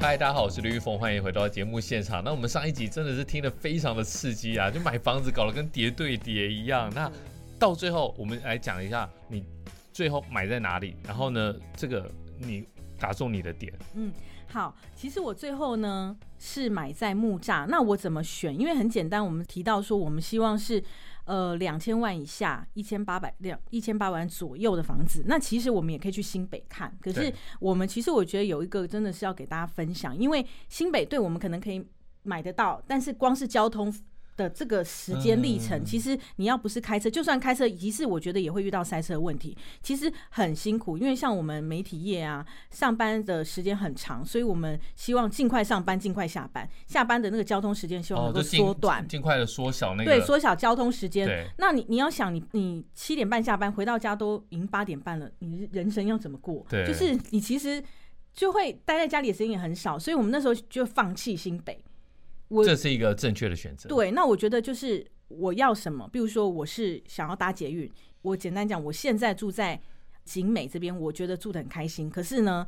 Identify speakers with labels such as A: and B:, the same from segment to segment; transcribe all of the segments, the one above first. A: 嗨，大家好，我是刘玉峰，欢迎回到节目现场。那我们上一集真的是听得非常的刺激啊，就买房子搞得跟叠对叠一样。那到最后，我们来讲一下你最后买在哪里，然后呢，这个你打中你的点，
B: 好，其实我最后呢是买在木栅，那我怎么选？因为很简单，我们提到说我们希望是呃两千万以下，一千八百两一千八百万左右的房子。那其实我们也可以去新北看，可是
A: 对
B: 我们其实我觉得有一个真的是要给大家分享，因为新北对我们可能可以买得到，但是光是交通。的这个时间历程，
A: 嗯
B: 其实你要不是开车，就算开车，其实我觉得也会遇到塞车问题，其实很辛苦。因为像我们媒体业啊，上班的时间很长，所以我们希望尽快上班，尽快下班。下班的那个交通时间希望能够
A: 哦就尽
B: 缩短，
A: 尽快的缩小那个
B: 对，缩小交通时间。
A: 对
B: 那你你要想你，你七点半下班回到家都已经八点半了，你人生要怎么过？
A: 对
B: 就是你其实就会待在家里的时间也很少，所以我们那时候就放弃新北。我
A: 这是一个正确的选择。，
B: 对，那我觉得就是我要什么，比如说我是想要搭捷运，我简单讲，我现在住在景美这边，我觉得住得很开心。可是呢，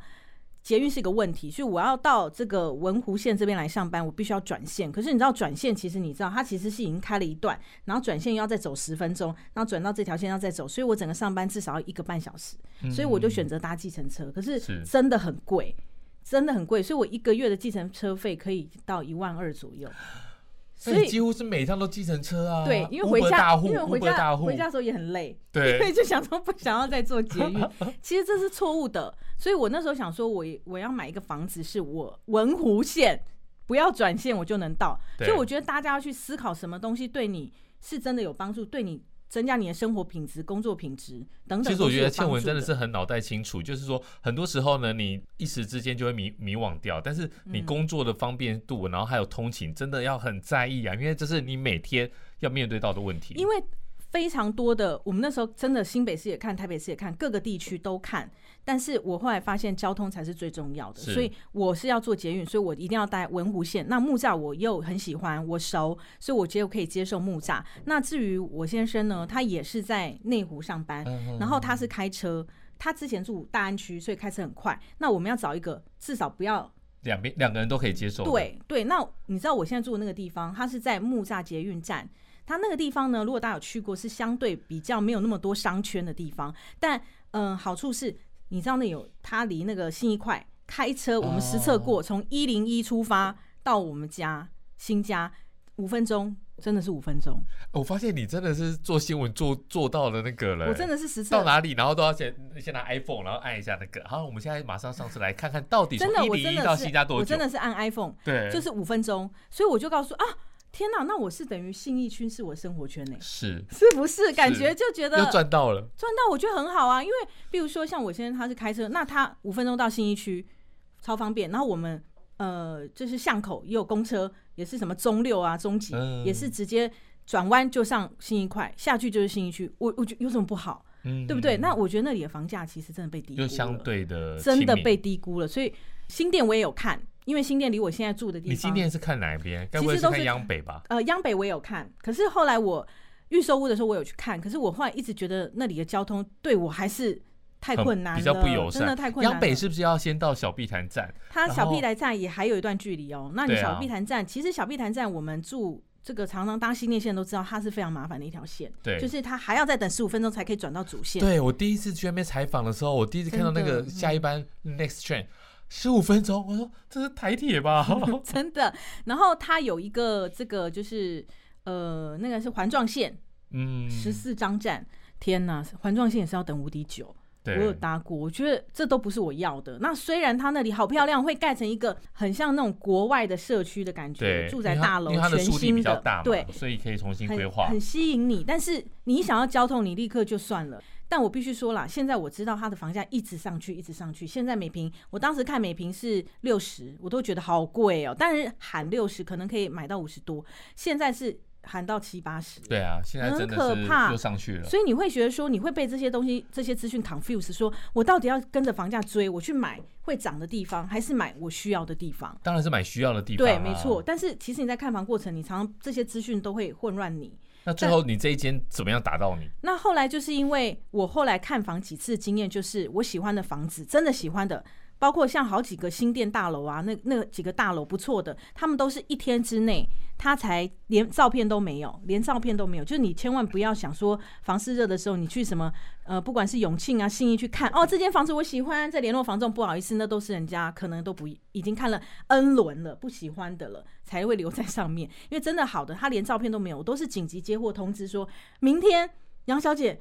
B: 捷运是一个问题，所以我要到这个文湖线这边来上班，我必须要转线。可是你知道转线，其实你知道它其实是已经开了一段，然后转线又要再走十分钟，然后转到这条线要再走，所以我整个上班至少要一个半小时。所以我就选择搭计程车，可嗯是
A: 是
B: 真的很贵。真的很贵，所以我一个月的计程车费可以到一万二左右。
A: 所
B: 所
A: 以
B: 以
A: 几乎是每趟都计程车啊，
B: 对，因为回
A: Uber
B: 家，
A: 大户，
B: 因为回
A: Uber 大
B: 家
A: 户
B: 回家的时候也很累，
A: 对
B: 所以就想说不想要再做捷运。 其实这是错误的，所以我那时候想说我，我要买一个房子，是我文湖线不要转线我就能到。
A: 对
B: 所以我觉得大家要去思考什么东西对你是真的有帮助，对你增加你的生活品质、工作品质等等都
A: 其
B: 有帮
A: 实我
B: 助。
A: 觉得倩文真
B: 的
A: 的是很脑袋清楚，就是说很多时候呢，你一时之间就会迷迷惘掉，但是
B: 嗯
A: 你工作的方便度，然后还有通勤，真的要很在意啊，因为这是你每天要面对到的问题。
B: 因为非常多的，我们那时候真的新北市也看，台北市也看，各个地区都看。但是我后来发现交通才是最重要的，
A: 是
B: 所以我是要做捷运，所以我一定要待文湖线。那木栅我又很喜欢，我熟，所以我觉得我可以接受木栅。那至于我先生呢，他也是在内湖上班，
A: 嗯
B: 然后他是开车。他之前住大安区，所以开车很快。那我们要找一个至少不要
A: 两边两个人都可以接受。，
B: 对对，那你知道我现在住的那个地方，它是在木栅捷运站。它那个地方呢，如果大家有去过，是相对比较没有那么多商圈的地方。但嗯、呃好处是，你知道那有它离那个新一块开车，我们实测
A: 哦
B: 过，从一零一出发到我们家新家五分钟，真的是五分钟。
A: 我发现你真的是做新闻做做到了那个了、欸
B: 我真。的是实测
A: 到，哪里，然后都要先先拿 iPhone，然后按一下那个。好，我们现在马上上车来看看到底从
B: 真的
A: 一
B: 我
A: 零
B: 真
A: 一
B: 的
A: 到
B: 是
A: 新加多久？
B: 我真的是按 iPhone，
A: 对，
B: 就是五分钟，所以我就告诉啊，天哪，那我是等于信义区是我生活圈呢、
A: 是
B: 是不是？感觉就觉得
A: 又赚到了，
B: 赚到我觉得很好啊，因为比如说像我先生他是开车，那他五分钟到信义区，超方便。然后我们呃就是巷口也有公车，也是什么中六啊、中几，
A: 嗯
B: 也是直接转弯就上新义快，下去就是新义区。我我觉得有什么不好，
A: 嗯，
B: 对不对？那我觉得那里的房价其实真的被低估
A: 又
B: 了，
A: 相对的
B: 真的
A: 亲民
B: 被低估了。所以新店我也有看，因为新店离我现在住的地方，
A: 你今天是看哪边？该不
B: 其
A: 会
B: 实
A: 是
B: 都
A: 看
B: 是
A: 央北吧？
B: 呃，央北我也有看，可是后来我预售屋的时候我有去看，可是我后来一直觉得那里的交通对我还是太
A: 很
B: 困难了，
A: 比较不友善。
B: 真的太困难了。
A: 央北是不是要先到小碧潭站？
B: 它
A: 然
B: 小
A: 后
B: 碧来站也还有一段距离哦。那你
A: 对啊
B: 小碧潭站，其实小碧潭站我们住这个常常搭新店线都知道，它是非常麻烦的一条线，
A: 对，
B: 就是它还要再等十五分钟才可以转到主线。
A: 对我第一次去那边采访的时候，我第一次看到那
B: 真的嗯
A: 个下一班 next train 十五分钟，我说这是台铁 吧？
B: 真的。然后它有一个这个就是呃那个是环状线
A: 嗯，
B: 十四张站，天哪，环状线也是要等无敌久。我有
A: 对，
B: 搭过，我觉得这都不是我要的。那虽然它那里好漂亮，会盖成一个很像那种国外的社区的感
A: 对，
B: 觉，住宅
A: 因为它
B: 大楼
A: 因为它的
B: 全
A: 树地比
B: 新
A: 较
B: 的
A: 大嘛，
B: 对，
A: 所以可以重新规
B: 很
A: 划
B: 很。吸引你。但是你一想要交通，你立刻就算了。但我必须说啦，现在我知道它的房价一直上去，一直上去。现在每平，我当时看每平是六十，我都觉得好贵哦、但是喊六十可能可以买到五十多，现在是喊到七八十。
A: 对啊，现在
B: 很
A: 真的
B: 可
A: 是
B: 怕
A: 又上去了。
B: 所以你会觉得说，你会被这些东西、这些资讯 confuse，说我到底要跟着房价追，我去买会涨的地方，还是买我需要的地方？
A: 当然是买需要的地方、啊。
B: 对，没错。。但是其实你在看房过程，你常常这些资讯都会混乱你。
A: 那最后你这一间怎么样打到你？
B: 那后来就是因为我后来看房几次经验，就是我喜欢的房子，真的喜欢的，包括像好几个新店大楼啊，那那几个大楼不错的，他们都是一天之内，他才连照片都没有，连照片都没有。就是你千万不要想说房市热的时候，你去什么呃，不管是永庆啊、信义去看，哦，这间房子我喜欢，再联络房仲，不好意思，那都是人家可能都不已经看了 N 轮了，不喜欢的了，才会留在上面。因为真的好的，他连照片都没有，我都是紧急接获通知说明天。杨小姐，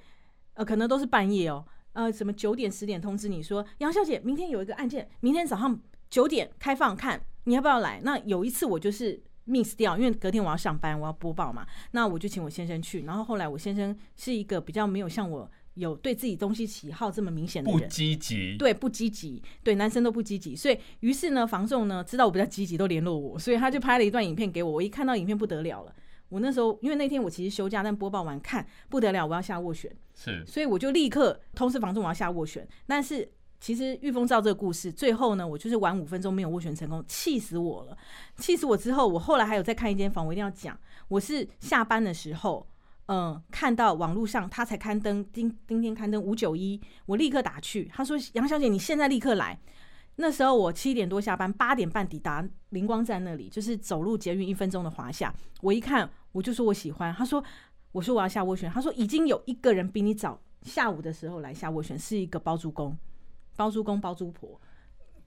B: 呃，可能都是半夜哦，呃，什么九点十点通知你说，杨小姐，明天有一个案件，明天早上九点开放看，你要不要来？那有一次我就是 miss 掉，因为隔天我要上班，我要播报嘛，那我就请我先生去，然后后来我先生是一个比较没有像我有对自己东西喜好这么明显的
A: 不
B: 人，
A: 积极，
B: 对，不积极，对，男生都不积极，所以于是呢，房仲呢知道我比较积极，都联络我，所以他就拍了一段影片给我。我一看到影片不得了了，我那时候因为那天我其实休假，但播报完看不得了，我要下斡旋，
A: 是
B: 所以我就立刻通知房仲我要下斡旋。但是其实御风照这个故事最后呢，我就是晚五分钟没有斡旋成功，气死我了！气死我之后，我后来还有再看一间房，我一定要讲，我是下班的时候。嗯，看到网络上他才刊登，今今天刊登五九一，我立刻打去。他说：“杨小姐，你现在立刻来。”那时候我七点多下班，八点半抵达灵光站那里，就是走路捷运一分钟的华夏。我一看，我就说我喜欢。他说：“我说我要下斡旋。”他说：“已经有一个人比你早下午的时候来下斡旋，是一个包租公，包租公包租婆。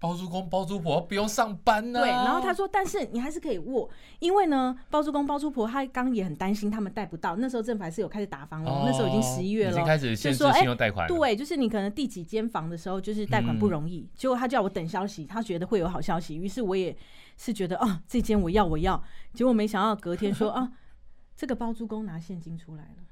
A: 包租公包租婆不用上班啊呢、
B: 对，然后他说，但是你还是可以握，因为呢，包租公包租婆他刚也很担心他们贷不到，那时候政府还是有开始打房了，
A: 哦
B: 那时候已经十一月
A: 已
B: 了，
A: 经开始限制
B: 就说哎
A: 信用贷款了，嗯
B: 对，就是你可能第几间房的时候，就是贷款不容易，结果他叫我等消息，他觉得会有好消息，于是我也是觉得哦，这间我要我要，结果没想到隔 天说啊，这个包租公拿现金出来了，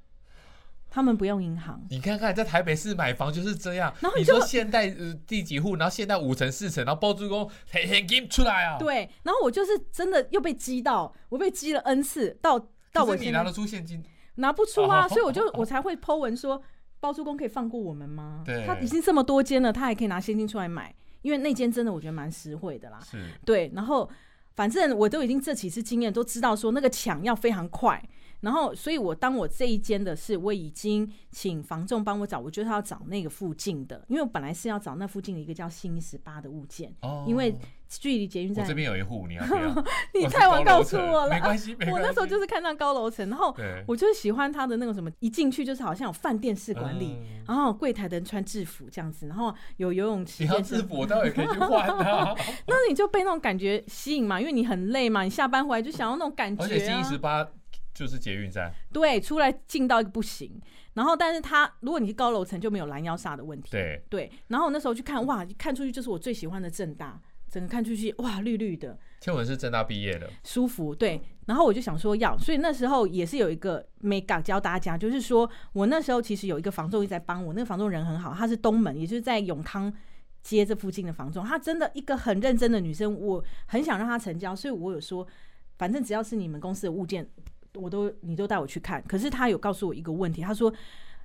B: 他们不用银行，
A: 你看看，在台北市买房就是这样。
B: 然后
A: 你
B: 你就
A: 说现代呃第几户，然后现代五层四层，然后包租公很很金出来啊。，
B: 对，然后我就是真的又被激到，我被激了 n 次，到到我
A: 你
B: 现
A: 拿
B: 在
A: 得出现金，
B: 拿不出啊，
A: 哦
B: 所以 我就我才会 Po 文说，包租公可以放过我们吗？
A: 对
B: 他已经这么多间了，他还可以拿现金出来买，因为那间真的我觉得蛮实惠的啦。
A: 是
B: 对，然后反正我都已经这几次经验都知道说那个抢要非常快，然后所以我当我这一间的是我已经请房仲帮我找，我就是要找那个附近的，因为我本来是要找那附近的一个叫新一十八的物件，
A: 哦
B: 因为距离捷运
A: 我
B: 站
A: 这边有一户，你要不要？
B: 你
A: 我是
B: 太晚
A: 高楼
B: 告诉
A: 层
B: 我了，
A: 没关系没
B: 我那时候
A: 关系
B: 就是看到高楼层，然后
A: 对
B: 我就是喜欢他的那种什么，一进去就是好像有饭店式管理，
A: 嗯
B: 然后柜台的人穿制服这样子，然后有游泳池
A: 你要
B: 健身
A: 制服，我待会可以去换 啊。
B: 那你就被那种感觉吸引嘛，因为你很累嘛，你下班回来就想要那种感觉、啊。
A: 而且新一十八就是捷运站，
B: 对，出来进到一个不行，然后但是他如果你是高楼层就没有拦腰煞的问题。
A: 对，
B: 对，然后我那时候去看，哇，看出去就是我最喜欢的正大，整个看出去哇绿绿的，
A: 千文是正大毕业的，
B: 舒服，对。然后我就想说要，所以那时候也是有一个美感教大家，就是说我那时候其实有一个房仲一直在帮我，那个房仲人很好，他是东门，也就是在永康街这附近的房仲，她真的一个很认真的女生，我很想让她成交，所以我有说，反正只要是你们公司的物件，我都你都带我去看。可是她有告诉我一个问题，她说。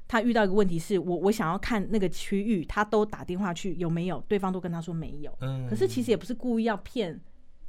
B: 她遇到一个问题是我我想要看那个区域，她都打电话去有没有，对方都跟她说没有。
A: 嗯
B: 可是其实也不是故意要骗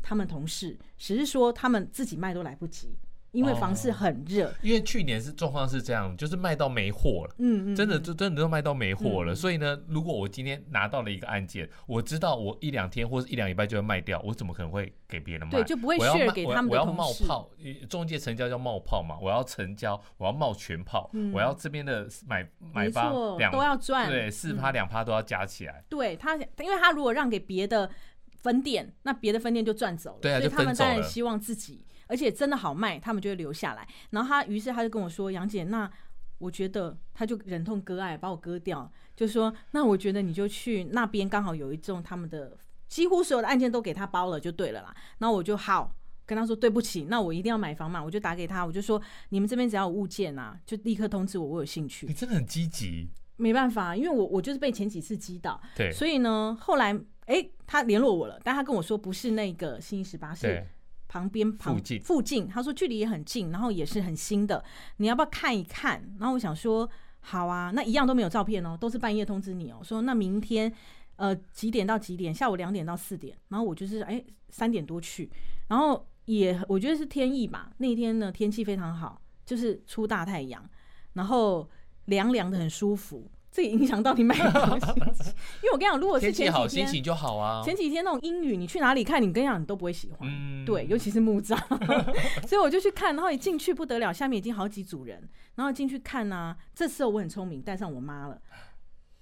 B: 他们同事，只是说他们自己卖都来不及，因为房市
A: 哦
B: 很热。
A: 因为去年是状况是这样，就是卖到没货了。
B: 嗯嗯，
A: 真的
B: 嗯
A: 就真的都卖到没货了，所以呢，如果我今天拿到了一个案件，我知道我一两天或者一两礼拜就会卖掉，我怎么可能会给别人卖？
B: 对就不会
A: 我要
B: share
A: 卖
B: 给
A: 我要
B: 他们
A: 我
B: 的
A: 要
B: 同
A: 冒
B: 事
A: 泡，呃中介成交叫冒泡嘛，我要成交，我要冒全泡，我要这边的买买
B: 嗯没
A: 方
B: 错
A: 两，
B: 都要嗯赚。
A: 对四趴两趴都要加起来。
B: 对他，因为他如果让给别的分店，那别的分店就赚走了，
A: 对啊
B: 所
A: 就
B: 以他
A: 分
B: 们
A: 走
B: 当然
A: 了
B: 希望自己，而且真的好卖，他们就会留下来。然后他，于是他就跟我说：“杨姐，那我觉得他就忍痛割爱，把我割掉，就说那我觉得你就去那边，刚好有一种他们的几乎所有的案件都给他包了，就对了啦。”然后我就好。跟他说对不起，那我一定要买房嘛，我就打给他，我就说你们这边只要有物件啊，就立刻通知我，我有兴趣
A: 你。真的很积极，
B: 没办法，啊因为我我就是被前几次击倒，
A: 对
B: 所以呢，后来哎、他联络我了，但他跟我说不是那个新十八，是
A: 对，
B: 旁边旁
A: 附近
B: 附近，他说距离也很近，然后也是很新的，你要不要看一看？然后我想说，好啊，那一样都没有照片哦，都是半夜通知你哦，说那明天呃几点到几点，下午两点到四点，然后我就是哎三点多去，然后也我觉得是天意吧，那一天呢天气非常好，就是出大太阳，然后凉凉的很舒服。这也影响到你买房心情， 因为我跟你讲，如果是
A: 天气
B: 前几天
A: 好，心情就好啊。
B: 前几天那种阴雨，你去哪里看，你跟你讲你都不会喜欢，
A: 嗯
B: 对，尤其是木栅， 所以我就去看，然后一进去不得了，下面已经好几组人，然后进去看啊，这时候我很聪明，带上我妈了，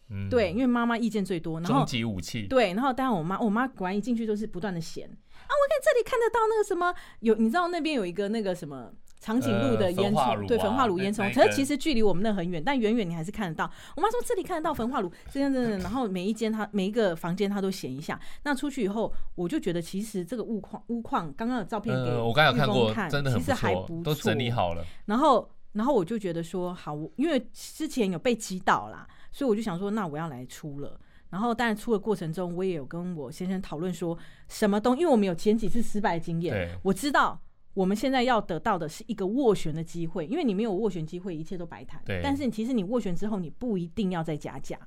A: 嗯
B: 对，因为妈妈意见最多，然后
A: 终极武器，
B: 对，然后当然我妈，我妈果然一进去就是不断的嫌啊，我看这里看得到那个什么，有你知道那边有一个那个什么。长颈鹿的
A: 呃
B: 烟
A: 焚
B: 囱、
A: 化炉
B: 对，
A: 啊
B: 焚化炉烟
A: 那
B: 囱，
A: 那
B: 可
A: 个
B: 是其实距离我们那很远，但远远你还是看得到。我妈说这里看得到焚化炉，这样这样，然后每一间她每一个房间她都嫌一下。那出去以后，我就觉得其实这个物况物况，刚刚有照片给玉
A: 呃，
B: 峰、
A: 我刚才有看过，
B: 看
A: 真的很
B: 其实还
A: 错，
B: 不
A: 都整理
B: 错啊
A: 好了。
B: 然后，然后我就觉得说，好，我因为之前有被击倒啦，所以我就想说，那我要来出了。然后，当然出的过程中，我也有跟我先生讨论说，什么东，因为我们有前几次失败的经验
A: 对，
B: 我知道我们现在要得到的是一个斡旋的机会，因为你没有斡旋机会，一切都白谈
A: 对。
B: 但是其实你斡旋之后，你不一定要再加价，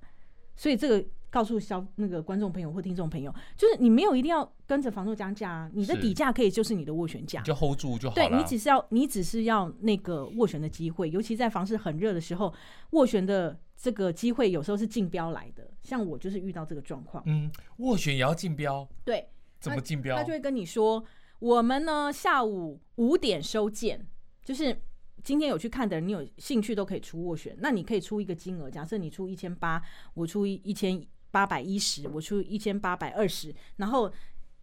B: 所以这个。告诉消那个观众朋友或听众朋友，就是你没有一定要跟着房东加价啊，你的
A: 是
B: 底价可以就是你的斡旋价，
A: 就 hold 住就好
B: 对
A: 了。
B: 你只是要你只是要那个斡旋的机会，尤其在房市很热的时候，斡旋的这个机会有时候是竞标来的。像我就是遇到这个状况，
A: 嗯，斡旋也要竞标，
B: 对
A: 怎么竞标
B: 他？就会跟你说，我们呢下午五点收件，就是。今天有去看的人，你有兴趣都可以出斡旋，那你可以出一个金额。假设你出一千八，我出一千八百一十，我出一千八百二十，然后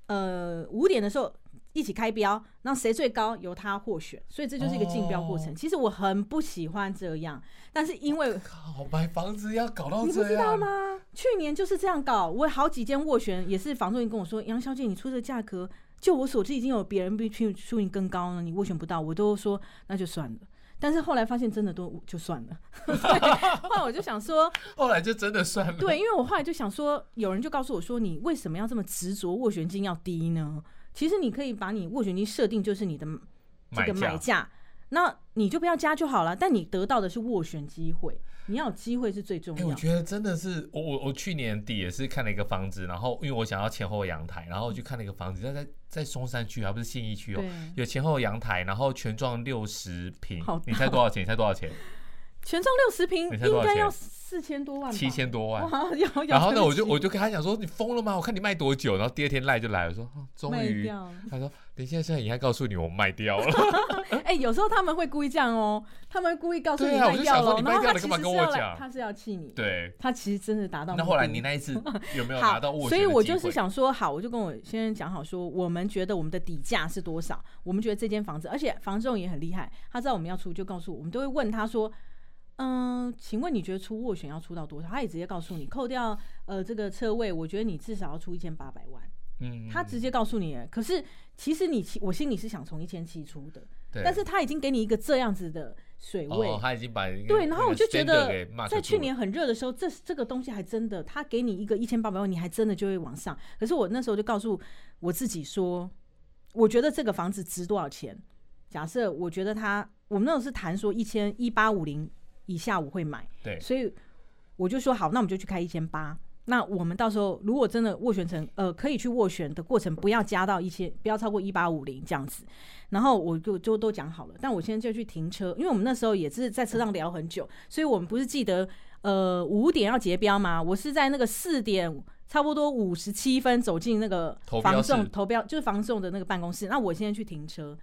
B: 呃五点的时候一起开标，那谁最高由他获选，所以这就是一个竞标过程。
A: 哦
B: 其实我很不喜欢这样，但是因为
A: 好，买房子要搞到
B: 你不
A: 哦这
B: 知道
A: 样？
B: 吗？去年就是这样搞，我好几间斡旋也是房仲跟我说，杨小姐，你出这个价格，就我所知已经有别人比去出你更高了，你斡旋不到，我都说那就算了。 但是后来发现真的都就算了， 对后来我就想说，
A: 后来就真的算了。
B: 对，因为我后来就想说，有人就告诉我说，你为什么要这么执着斡旋金要低呢？其实你可以把你斡旋金设定就是你的这
A: 买
B: 个
A: 价
B: 买价，那你就不要加就好了。但你得到的是斡旋机会，你要有机会是最重
A: 哎、
B: 要
A: 我
B: 的。
A: 觉得真的是，我我我去年底也是看了一个房子，然后因为我想要前后阳台，然后我去看了一个房子，在在在松山区还不是信义区哦
B: 对，
A: 有前后阳台，然后全幢六十平
B: 好，
A: 你猜多少钱？你猜多少 钱？
B: 全幢六十平
A: 你猜多少
B: 应该
A: 钱
B: 要四千多万吧，
A: 七千多万。
B: 哇，要要
A: 然后呢，
B: 撑
A: 我就
B: 起
A: 我就跟他讲说，你疯了吗？我看你卖多久？然后第二天赖就来了，我说哦终
B: 卖
A: 于，
B: 掉了。
A: 他说等一下，现在应该告诉你我卖掉了。
B: 哎，有时候他们会故意这样哦，他们会故意告诉你
A: 呃对啊
B: 卖
A: 我就
B: 掉
A: 想说
B: 了，
A: 你
B: 然后
A: 卖掉
B: 他
A: 了
B: 其
A: 干嘛
B: 实
A: 跟
B: 是
A: 我
B: 要来，
A: 讲
B: 他是要气你，
A: 对，
B: 他其实真的达到目的。
A: 那后来你那一 次有没有拿
B: 好
A: 到斡旋的机，会？
B: 所以我就是想说，好，我就跟我先生讲好说，我们觉得我们的底价是多少，我们觉得这间房子，而且房仲也很厉害，他知道我们要出，就告诉我，我们都会问他说。嗯，请问你觉得出斡旋要出到多少？他也直接告诉你，扣掉呃这个车位，我觉得你至少要出一千八百万。
A: 嗯，嗯，
B: 他直接告诉你了，可是其实你其我心里是想从一千七出的，
A: 对，
B: 但是他已经给你一个这样子的水位，
A: 哦，他已经把一个
B: 对，然后我就觉
A: 那个 standard
B: 得
A: 给 mark
B: 在去
A: 住了
B: 年很热的时候，这这个东西还真的，他给你一个一千八百万，你还真的就会往上。可是我那时候就告诉我自己说，我觉得这个房子值多少钱？假设我觉得他，我们那时候是谈说一千一八五零以下我会买，
A: 对
B: 所以我就说好，那我们就去开一千八。那我们到时候如果真的斡旋成，呃，可以去斡旋的过程，不要加到一千，不要超过一八五零这样子。然后我就就都讲好了，但我现在就去停车，因为我们那时候也是在车上聊很久，所以我们不是记得呃五点要结标吗？我是在那个四点差不多五十七分走进那个
A: 投标
B: 房
A: 室
B: 仲投标就是房仲的那个办公室，那我现在去停车，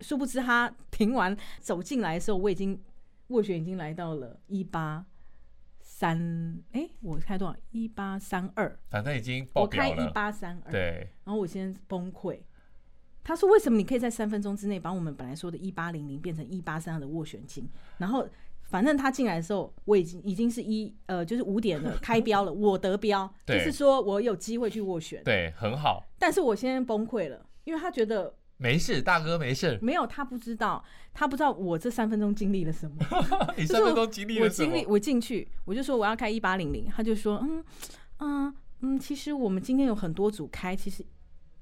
B: 殊不知他 停完走进来的时候，我已经斡旋已经来到了一八三，哎，我开多少？一八三二，
A: 反正已经爆
B: 我
A: 表
B: 开
A: 了，
B: 一八三二，
A: 对，
B: 然后我先崩溃。他说：“为什么你可以在三分钟之内把我们本来说的一八零零变成一八三的斡旋金？然后反正他进来的时候，我已经已经是一呃，就是五点了，开标了，我得标，就
A: 对
B: 是说我有机会去斡旋。
A: 对，很好，
B: 但是我先崩溃了，因为他觉得
A: 没事，大哥没事。
B: 没有，他不知道，他不知道我这三分钟经历了什么。
A: 你
B: 就
A: 三
B: 是
A: 分钟经历
B: 我
A: 了什
B: 经
A: 么
B: 历，？我进去，我就说我要开一八零零，他就说，嗯，嗯、嗯，其实我们今天有很多组开，其实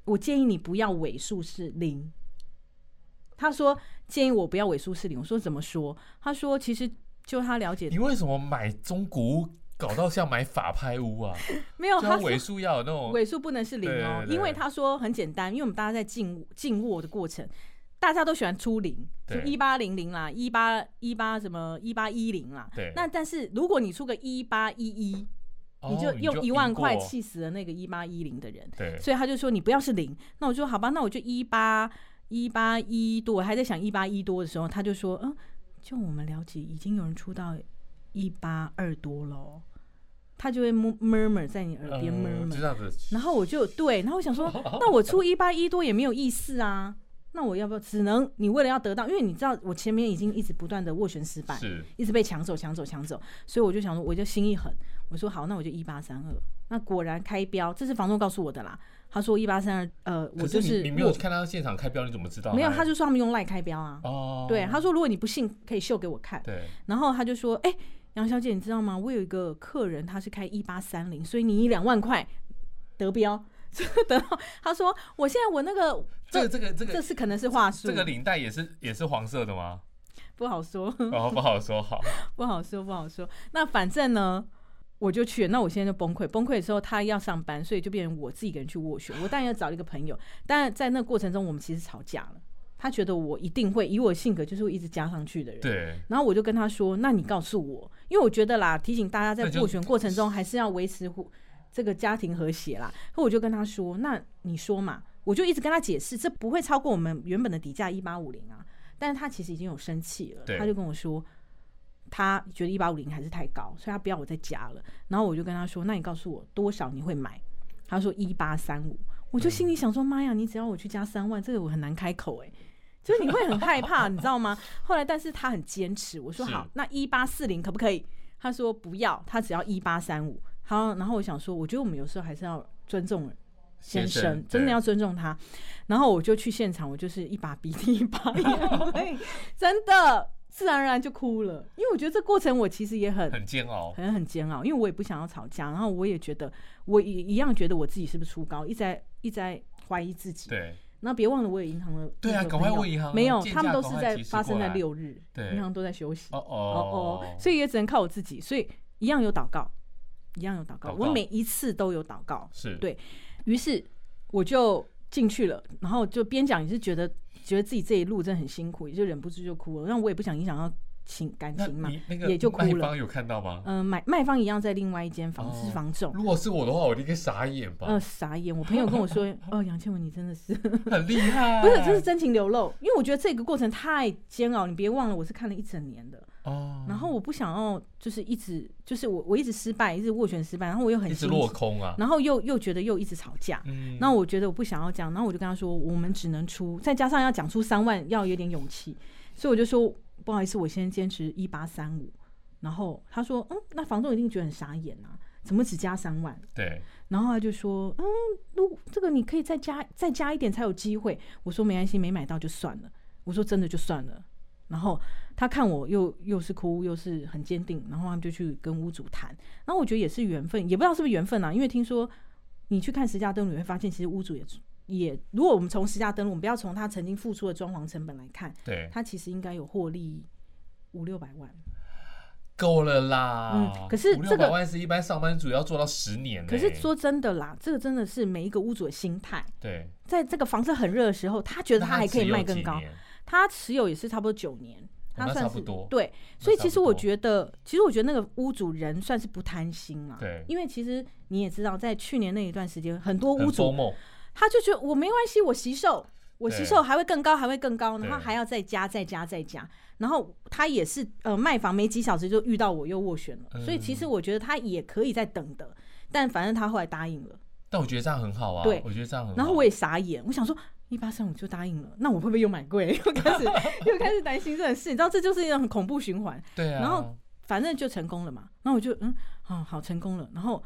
B: 我建议你不要尾数是零。他说建议我不要尾数是零，我说怎么说？他说其实就他了解
A: 你为什么买中古屋搞到像买法拍屋 啊？
B: 没有，
A: 就它
B: 他
A: 尾
B: 说
A: 数要有那种
B: 尾数不能是零
A: 对，
B: 哦
A: 对对
B: 因为他说很简单，因为我们大家在进进货的过程，大家都喜欢出零，就
A: 对
B: 一八零零啦，一八一八什么一八一零啦。
A: 对
B: 那但是如果你出个一八一一，
A: 哦
B: 你就用一
A: 赢
B: 万
A: 过哦
B: 块气死了那个一八一零的人，
A: 对，
B: 所以他就说你不要是零。那我就说好吧，那我就一八一八一多，我还在想一八一多的时候，他就说嗯，就我们了解，已经有人出到一八二多了哦，他就会 mur- murmur 在你耳边
A: 嗯
B: murmur，、
A: 就这样子。
B: 然后我就对，然后我 想说，那我出一八一多也没有意思啊，那我要不要？只能你为了要得到，因为你知道我前面已经一直不断的斡旋失败，
A: 是
B: 一直被抢走、抢走、抢走，所以我就想说，我就心一狠，我说好，那我就一八三二。那果然开标，这是房东告诉我的啦。他说一八三二，呃，我
A: 可
B: 就是是
A: 你你没有看他现场开标，你怎么知道？
B: 没有，他就说他们用赖开标啊。
A: 哦，
B: 对，他说如果你不信，可以秀给我看。
A: 对
B: 然后他就说，哎、杨小姐，你知道吗？我有一个客人，他是开一八三零，所以你以两万块得标， 就得到。他说我现在我那个
A: 这个这个这
B: 这
A: 个
B: 是可能是话术，
A: 这个领带也是也是黄色的吗？
B: 不好说。
A: 然后不好说好，
B: 不好说，不好说。那反正呢，我就去了。那我现在就崩溃，崩溃的时候他要上班，所以就变成我自己一个人去斡旋。我当然要找一个朋友，但在那过程中，我们其实吵架了。他觉得我一定会以我的性格，就是会一直加上去的人。。
A: 对，
B: 然后我就跟他说：“那你告诉我，因为我觉得啦，提醒大家在
A: 那就
B: 斡旋过程中还是要维持互这个家庭和谐啦。”后我就跟他说：“那你说嘛。”我就一直跟他解释，这不会超过我们原本的底价一八五零啊。但是他其实已经有生气了，
A: 对
B: 他就跟我说，他觉得一八五零还是太高，所以他不要我再加了。然后我就跟他说：“那你告诉我多少你会买？”他说：“一八三五。”我就心里想说：“妈呀，你只要我去加三万，这个我很难开口哎、就是你会很害 怕，你知道吗？后来，但是他很坚持，我说
A: 是
B: 好，那一八四零可不可以？他说不要，他只要一八三五。好，然后我想说，我觉得我们有时候还是要尊重先生，真的要尊重他。然后我就去现场，我就是一把鼻涕一把眼泪， 真的自然而然就哭了，因为我觉得这过程我其实也很
A: 对很煎熬，
B: 可能很煎熬，因为我也不想要吵架，然后我也觉得我也一样觉得我自己是不是出高，一直在一直在怀疑自己。
A: 对
B: 那别忘了我有银行的
A: 对啊
B: 那个
A: 赶快
B: 朋友
A: 问银行啊
B: 没有，
A: 建
B: 他们
A: 价
B: 都
A: 赶
B: 是
A: 快
B: 在
A: 及时
B: 发生
A: 过
B: 在
A: 来
B: 六日，
A: 对
B: 银行都在休息。
A: 哦
B: 哦
A: 哦
B: 哦，所以也只能靠我自己，所以一样有祷告，一样有祷告，
A: 祷告
B: 我每一次都有祷告，
A: 是
B: 对于是我就进去了，然后就边讲也是觉得觉得自己这一路真的很辛苦，也就忍不住就哭了，那我也不想影响到情感
A: 那
B: 情嘛
A: 你那，个
B: 也就哭
A: 卖
B: 了
A: 方。有看到吗？
B: 嗯、买卖方一样在另外一间房是
A: 哦
B: 房仲。
A: 如果是我的话，我应该傻眼吧
B: 呃，，傻眼！我朋友跟我说：“哦，杨倩文，你真的 是
A: 很厉害，
B: 不是，这是真情流露，因为我觉得这个过程太煎熬。你别忘了，我是看了一整年的，
A: 哦，
B: 然后我不想要，就是一直，就是我我一直失败，一直斡旋失败，然后我又很
A: 一直
B: 心急
A: 落空啊，
B: 然后又又觉得又一直吵架。
A: 嗯，
B: 那我觉得我不想要这样，然后我就跟他说，我们只能出，再加上要讲出三万，要有点勇气，所以我就说不好意思，我先坚持一八三五。然后他说，嗯，那房东一定觉得很傻眼啊，怎么只加三万？
A: 对
B: 然后他就说，嗯，如这个你可以再加再加一点才有机会。我说没关系，没买到就算了。我说真的就算了。然后他看我又又是哭又是很坚定，然后他们就去跟屋主谈。然后我觉得也是缘分，也不知道是不是缘分啊，因为听说你去看实价登录，你会发现其实屋主也也，如果我们从实价登录，我们不要从他曾经付出的装潢成本来看，
A: 对，
B: 他其实应该有获利五六百万。
A: 够了啦。
B: 嗯可是
A: 五六
B: 这个
A: 百万是一般上班族要做到十年呢，
B: 可是说真的啦，这个真的是每一个屋主的心态。
A: 对，
B: 在这个房子很热的时候，他觉得他还可以卖更
A: 那
B: 高
A: 他只有几。年哦
B: 他持有也是差不多九年，
A: 那
B: 他算
A: 差
B: 是
A: 不多
B: 对，
A: 那
B: 所以
A: 差
B: 其
A: 不
B: 实我
A: 多
B: 觉得，其实我觉得那个屋主人算是不贪心啦。
A: 对
B: 因为其实你也知道，在去年那一段时间，很多屋
A: 很做
B: 主
A: 梦，
B: 他就觉得我没关系，我惜售，我惜
A: 对
B: 售还会更高，还会更高，然后
A: 对
B: 还要再加，再加，再加。然后他也是呃卖房没几小时就遇到我又斡旋
A: 嗯
B: 了，所以其实我觉得他也可以再等的，但反正他后来答应了，
A: 但我觉得这样很好啊，
B: 对
A: 我觉得这样很好。
B: 然后我也傻眼，我想说一八三五就答应了，那我会不会又买贵？ 又 开始又开始担心这种事，你知道这就是一种很恐怖循环。
A: 对啊，
B: 然后反正就成功了嘛，然后我就嗯，啊、好成功了。然后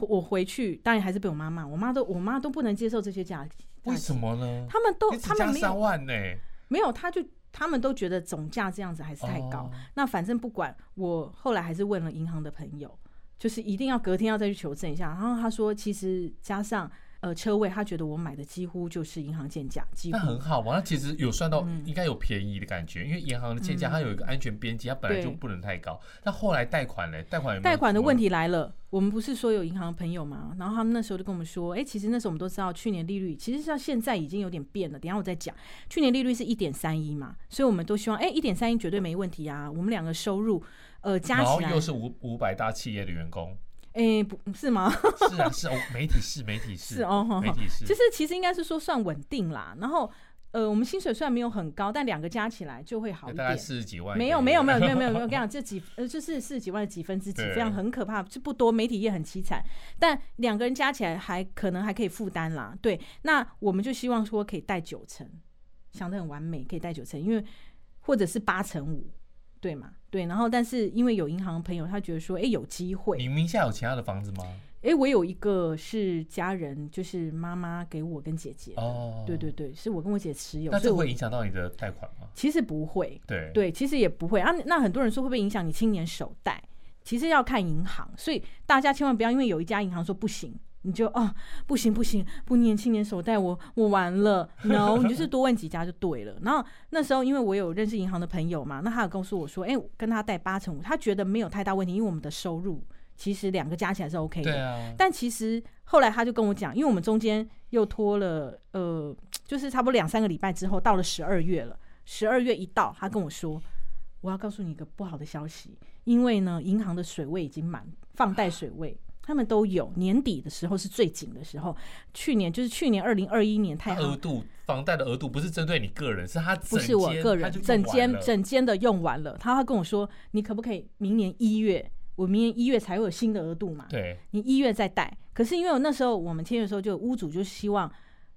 B: 我我回去，当然还是被我妈骂，我妈都我妈都不能接受这些价
A: 为什么呢？
B: 他们都
A: 你只
B: 他
A: 加
B: 们没有
A: 三万呢、
B: 没有，他就他们都觉得总价这样子还是太高。
A: 哦
B: 那反正不管，我后来还是问了银行的朋友，就是一定要隔天要再去求证一下。然后他说，其实加上呃车位，他觉得我买的几乎就是银行建价，几乎
A: 那很啊好嘛，那其实有算到
B: 嗯
A: 应该有便宜的感觉，因为银行的建价它有一个安全边际，它本来就
B: 对
A: 不能太高。那后来贷款嘞，贷款有没有
B: 贷款的问
A: 题？
B: 题来了，我们不是说有银行的朋友嘛，然后他们那时候就跟我们说，哎、其实那时候我们都知道，去年利率其实像现在已经有点变了，等一下我再讲。去年利率是一点三一嘛，所以我们都希望，哎、1一点三一绝对没问题啊。我们两个收入，呃，加
A: 然后
B: 起来
A: 又，是五五百大企业的员工，
B: 哎、不是吗？
A: 是 啊是啊，媒体是媒体是
B: 是哦，好
A: 媒
B: 好
A: 体是，
B: 就是其实应该是说算稳定啦。然后，呃，我们薪水虽然没有很高，但两个加起来就会好一
A: 哎大概
B: 点。
A: 四十几万一个
B: 没
A: 月，
B: 有没有没有没有没有没有，我跟你讲，这几呃就是四十几万的几分之几，
A: 对
B: 非常很可怕，这不多，媒体业很凄惨，但两个人加起来还可能还可以负担啦。对，那我们就希望说可以带九成，想得很完美，可以带九成，因为或者是八成五，对嘛？对，然后但是因为有银行的朋友，他觉得说，哎，有机 会，
A: 你名下有其他的房子吗？
B: 哎，我有一个是家人，就是妈妈给我跟姐姐的，
A: 哦
B: 对对对，是我跟我姐持有，
A: 那
B: 所以
A: 这
B: 我
A: 会影响到你的贷款吗？
B: 其实不会，
A: 对，
B: 对，其实也不会啊。那很多人说会不会影响你青年首贷？其实要看银行，所以大家千万不要因为有一家银行说不行，你就哦不行不行，不年青年首贷我我完了，no，你 就是多问几家就对了。然后那时候因为我有认识银行的朋友嘛，那他有告诉我说，哎、跟他贷八成五，他觉得没有太大问题，因为我们的收入其实两个加起来是 OK 的。
A: 对啊，
B: 但其实后来他就跟我讲，因为我们中间又拖了呃，就是差不多两三个礼拜之后，到了十二月了。十二月一到，他跟我说，我要告诉你一个不好的消息，因为呢，银行的水位已经满，放贷水位。他们都有，年底的时候是最紧的时候。去年就是去年二零二一年太
A: 它
B: 行
A: 额度房贷的额度不是针对你个人，是它
B: 不
A: 呃整
B: 是我
A: 间
B: 个
A: 它
B: 人
A: 就，用
B: 整
A: 完
B: 间
A: 了
B: 整间的用完了。他他跟我说，你可不可以明年一月？我明年一月才会有新的额度嘛？
A: 对
B: 你一月再贷。可是因为我那时候我们签约的时候，就屋主就希望，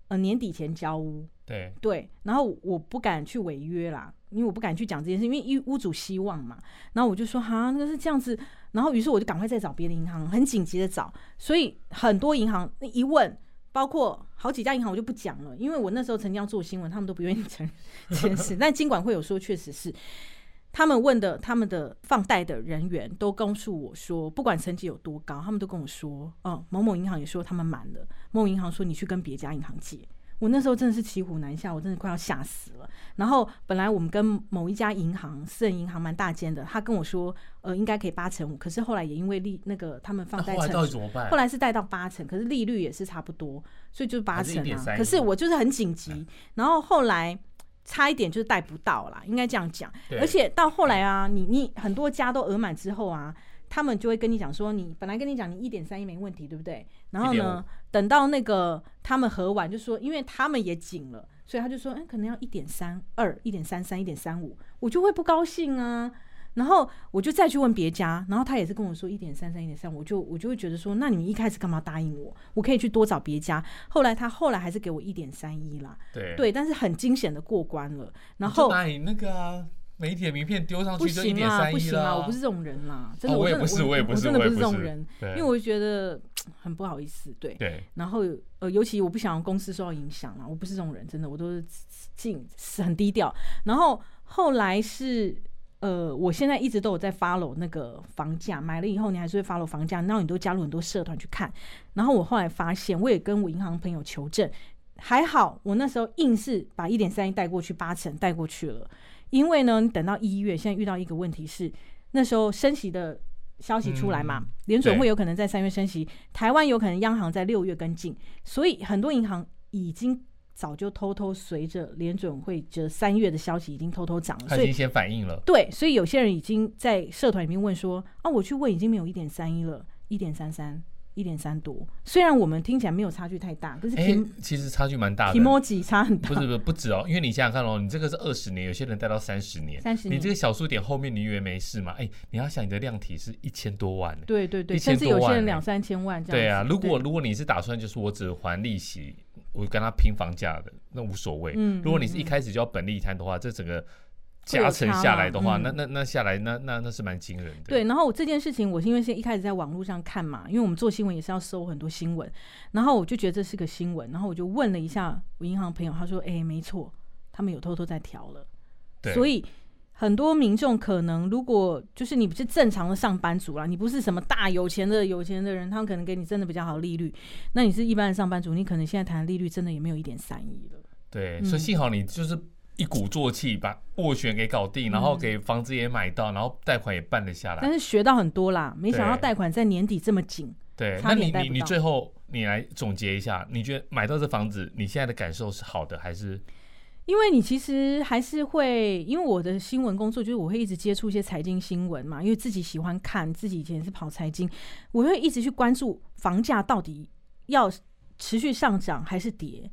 B: 呃，年底前交屋，
A: 对
B: 对。然后我不敢去违约啦，因为我不敢去讲这件事，因为一屋主希望嘛。然后我就说哈，那是这样子。然后于是我就赶快再找别的银行，很紧急的找。所以很多银行那一问。包括好几家银行，我就不讲了，因为我那时候曾经要做新闻，他们都不愿意承认这件事。但金管会有说，确实是 他们问的，他们的放贷的人员都告诉我说，不管成绩有多高，他们都跟我说，哦，某某银行也说他们满了，某某银行说你去跟别家银行借。我那时候真的是骑虎难下，我真的快要吓死了。然后本来我们跟某一家银行，私人银行蛮大间的，他跟我说，呃，应该可以八成五，可是后来也因为利那个他们
A: 那
B: 放贷
A: 后来
B: 成
A: 到底怎么办？
B: 后来是贷到八成，可是利率也是差不多，所以就是八成
A: 还是1.31
B: 啊。可是我就是很紧急，然后后来差一点就是贷不到啦，应该这样讲。
A: 对
B: 而且到后来啊，你你很多家都额满之后啊，他们就会跟你讲说，你本来跟你讲你一点三亿没问题，对不对？然后呢，等到那个他们合完，就说因为他们也紧了，所以他就说，嗯，可能要一点三二、一点三三、一点三五，我就会不高兴啊。然后我就再去问别家，然后他也是跟我说一点三三、一点三，我就我就会觉得说，那你们一开始干嘛答应我？我可以去多找别家。后来他后来还是给我一点三一啦，
A: 对
B: 对，但是很惊险的过关了。然
A: 你就
B: 后
A: 把你那个啊媒体的名片丢上
B: 不
A: 去就一啊
B: 行
A: 点
B: 啦，
A: 三
B: 不
A: 亿
B: 行
A: 啦，
B: 啦，我不是这种人啦，真的，
A: 哦我也
B: 真的
A: 不是我
B: 我
A: 也不是
B: 我真的
A: 我也
B: 不是这
A: 不
B: 种
A: 是
B: 人，
A: 对
B: 因为我觉得很不好意思，对。
A: 对
B: 然后呃，尤其我不想让公司受到影响啊啦，我不是这种人，真的，我都是尽很低调。然后后来是呃，我现在一直都有在 follow 那个房价，买了以后你还是会 follow 房价，然后你都加入很多社团去看。然后我后来发现，我也跟我银行朋友求证，还好我那时候硬是把一点三一带过去，八成带过去了。因为呢，你等到一月，现在遇到一个问题是，那时候升息的消息出来嘛，
A: 嗯
B: 联准会
A: 对
B: 有可能在三月升息，台湾有可能央行在六月跟进，所以很多银行已经早就偷偷随着联准会这三月的消息已经偷偷涨了，
A: 他
B: 所
A: 已
B: 以
A: 经先反应了，
B: 对，所以有些人已经在社团里面问说：“啊，我去问已经没有一点三一了，一点三三，一点三多。”虽然我们听起来没有差距太大，可是
A: 哎
B: 平，
A: 其实差距蛮大的
B: 提。莫吉差很 大
A: 不。是不是不止哦，因为你想想看哦，你这个是二十年，有些人贷到三十年，
B: 30年
A: 你这个小数点后面你以为没事嘛？哎，你要想你的量体是一千多万呢。
B: 对对对，
A: 1000
B: 甚至有
A: 多
B: 些
A: 万
B: 人
A: 呢
B: 两三千万这样子。
A: 对啊，如果
B: 对
A: 如果你是打算就是我只还利息，我跟他拼房价的，那无所谓。
B: 嗯
A: 如果你是
B: 嗯
A: 一开始就要本利摊的话，这整个加成下来的话，
B: 会有差吗嗯
A: 那那那下来，那那那是蛮惊人的。
B: 对，，然后我这件事情，我是因为是一开始在网络上看嘛，因为我们做新闻也是要搜很多新闻，然后我就觉得这是个新闻，然后我就问了一下我银行朋友，他说：“哎，没错，他们有偷偷在调了。”
A: 对
B: 所以很多民众可能如果就是你是正常的上班族啦，你不是什么大有钱的有钱的人，他们可能给你真的比较好利率，那你是一般的上班族，你可能现在谈的利率真的也没有一点三一了。
A: 对，
B: 嗯
A: 所以幸好你就是一鼓作气把斡旋给搞
B: 嗯
A: 定，然后给房子也买到，然后贷款也办了下
B: 但
A: 来。
B: 是学到很多啦，没想到
A: 啊对
B: 贷款在年底这么紧。
A: 对，
B: 差
A: 那
B: 点
A: 你
B: 贷不
A: 你你
B: 到
A: 最后你来总结一下，你觉得买到这房子，你现在的感受是好的还是
B: 因为你其实还是会，因为我的新闻工作就是我会一直接触一些财经新闻嘛，因为自己喜欢看，自己以前也是跑财经，我会一直去关注房价到底要持续上涨还是跌，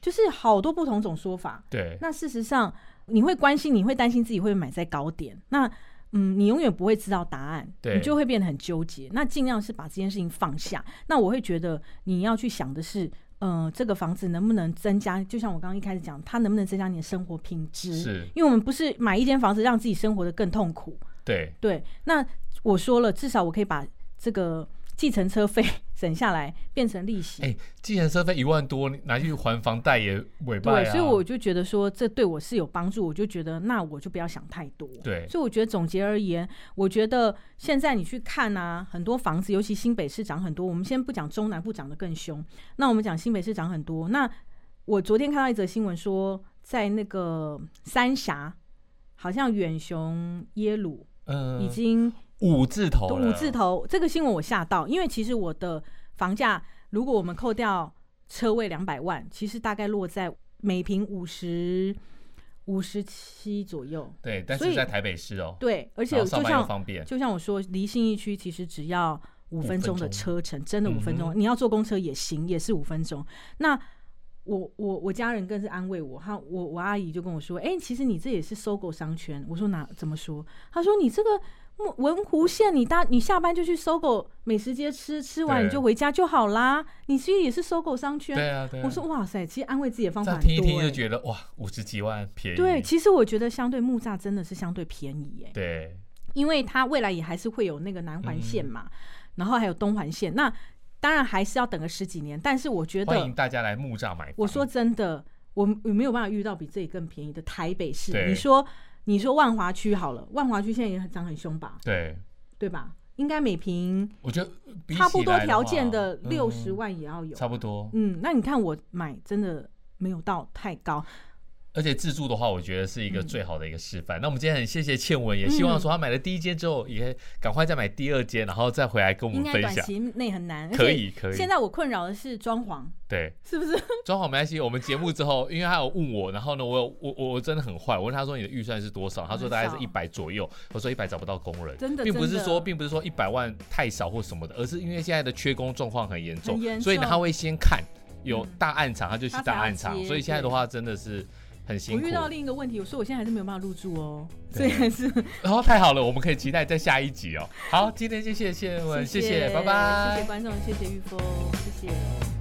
B: 就是好多不同种说法。
A: 对？
B: 那事实上，你会关心，你会担心自己会买在高点，那嗯，你永远不会知道答案，
A: 对
B: 你就会变得很纠结。那尽量是把这件事情放下。那我会觉得你要去想的是，呃，这个房子能不能增加？就像我刚刚一开始讲，它能不能增加你的生活品质？
A: 是，
B: 因为我们不是买一间房子让自己生活的更痛苦，
A: 对
B: 对，那我说了，至少我可以把这个计程车费 省下来，变成利息。
A: 哎既然车费一万多，你拿去还房贷也啊尾巴
B: 对，
A: 呀。
B: 所以我就觉得说这对我是有帮助，我就觉得那我就不要想太多。
A: 对
B: 所以我觉得总结而言，我觉得现在你去看啊，很多房子，尤其新北市涨很多，我们先不讲中南部涨得更凶，那我们讲新北市涨很多。那我昨天看到一则新闻说，在那个三峡，好像远雄、耶鲁
A: 嗯，
B: 已经
A: 五字头了，
B: 五字头，这个新闻我吓到，因为其实我的房价，如果我们扣掉车位两百万，其实大概落在每平五十五十七左右。
A: 对，但
B: 所
A: 是
B: 以
A: 在台北市哦，
B: 对，而且
A: 然后
B: 就
A: 上班又
B: 像
A: 方便，
B: 就像我说，离信义区其实只要五分钟的车程，真的五分
A: 嗯
B: 钟，你要坐公车也行，也是五分钟。那我我我家人更是安慰我，他我我阿姨就跟我说，哎、其实你这也是搜狗商圈。我说哪怎么说？他说你这个木文湖线，你搭你下班就去搜狗美食街吃，吃完
A: 对
B: 你就回家就好啦。你其实也是搜狗商
A: 对
B: 圈。
A: 啊，对啊。
B: 我说哇塞，其实安慰自己的方
A: 这
B: 法
A: 样
B: 很
A: 听一
B: 多、
A: 听就
B: 欸。
A: 觉得哇，五十几万便宜，
B: 对，其实我觉得相对木栅真的是相对便宜哎耶、
A: 对
B: 因为它未来也还是会有那个南环
A: 嗯
B: 线嘛，然后还有东环线，那当然还是要等个十几年。但是我觉
A: 欢迎
B: 得，
A: 大家来木栅买房。
B: 我说真的，我我没有办法遇到比这里更便宜的台北市。
A: 对
B: 你说，你说万华区好了，万华区现在也很涨很凶吧，
A: 对，
B: 对吧？应该每平
A: 我觉得比起
B: 差不多
A: 来的
B: 条
A: 话
B: 件的六十、
A: 嗯
B: 万也要有，
A: 差不。多。
B: 嗯，那你看我买真的没有到太高，
A: 而且自助的话，我觉得是一个最好的一个示
B: 嗯
A: 范。那我们今天很谢谢倩文，也希望说她买了第一间之后，也赶快再买第二间，然后再回来跟我
B: 应
A: 们
B: 该
A: 分
B: 短
A: 享。
B: 期内很难。而
A: 可
B: 且
A: 以可以
B: 现在我困扰的是装潢，
A: 对，
B: 是不是？
A: 装好没关系。我们节目之后，因为他有问我，然后呢，我有我我我真的很坏，我问他说你的预算是多少，他说大概是一百左右，我说一百找不到工人，
B: 真的
A: 并不是
B: 真的
A: 说并不是说一百万太少或什么的，而是因为现在的缺工状况很严重，
B: 很严重
A: 所以呢他会先看有
B: 嗯
A: 大暗场，他就去大暗
B: 他才
A: 场
B: 要，接
A: 所以现在的话真的是很辛
B: 我
A: 苦
B: 遇。到另一个问题，我说我现在还是没有办法入住哦，所
A: 对
B: 以还是
A: 然后哦太好了，我们可以期待在下一集哦。好，今天就谢谢谢文，谢
B: 谢
A: 谢，拜拜，
B: 谢谢观众，谢谢玉峰，谢谢。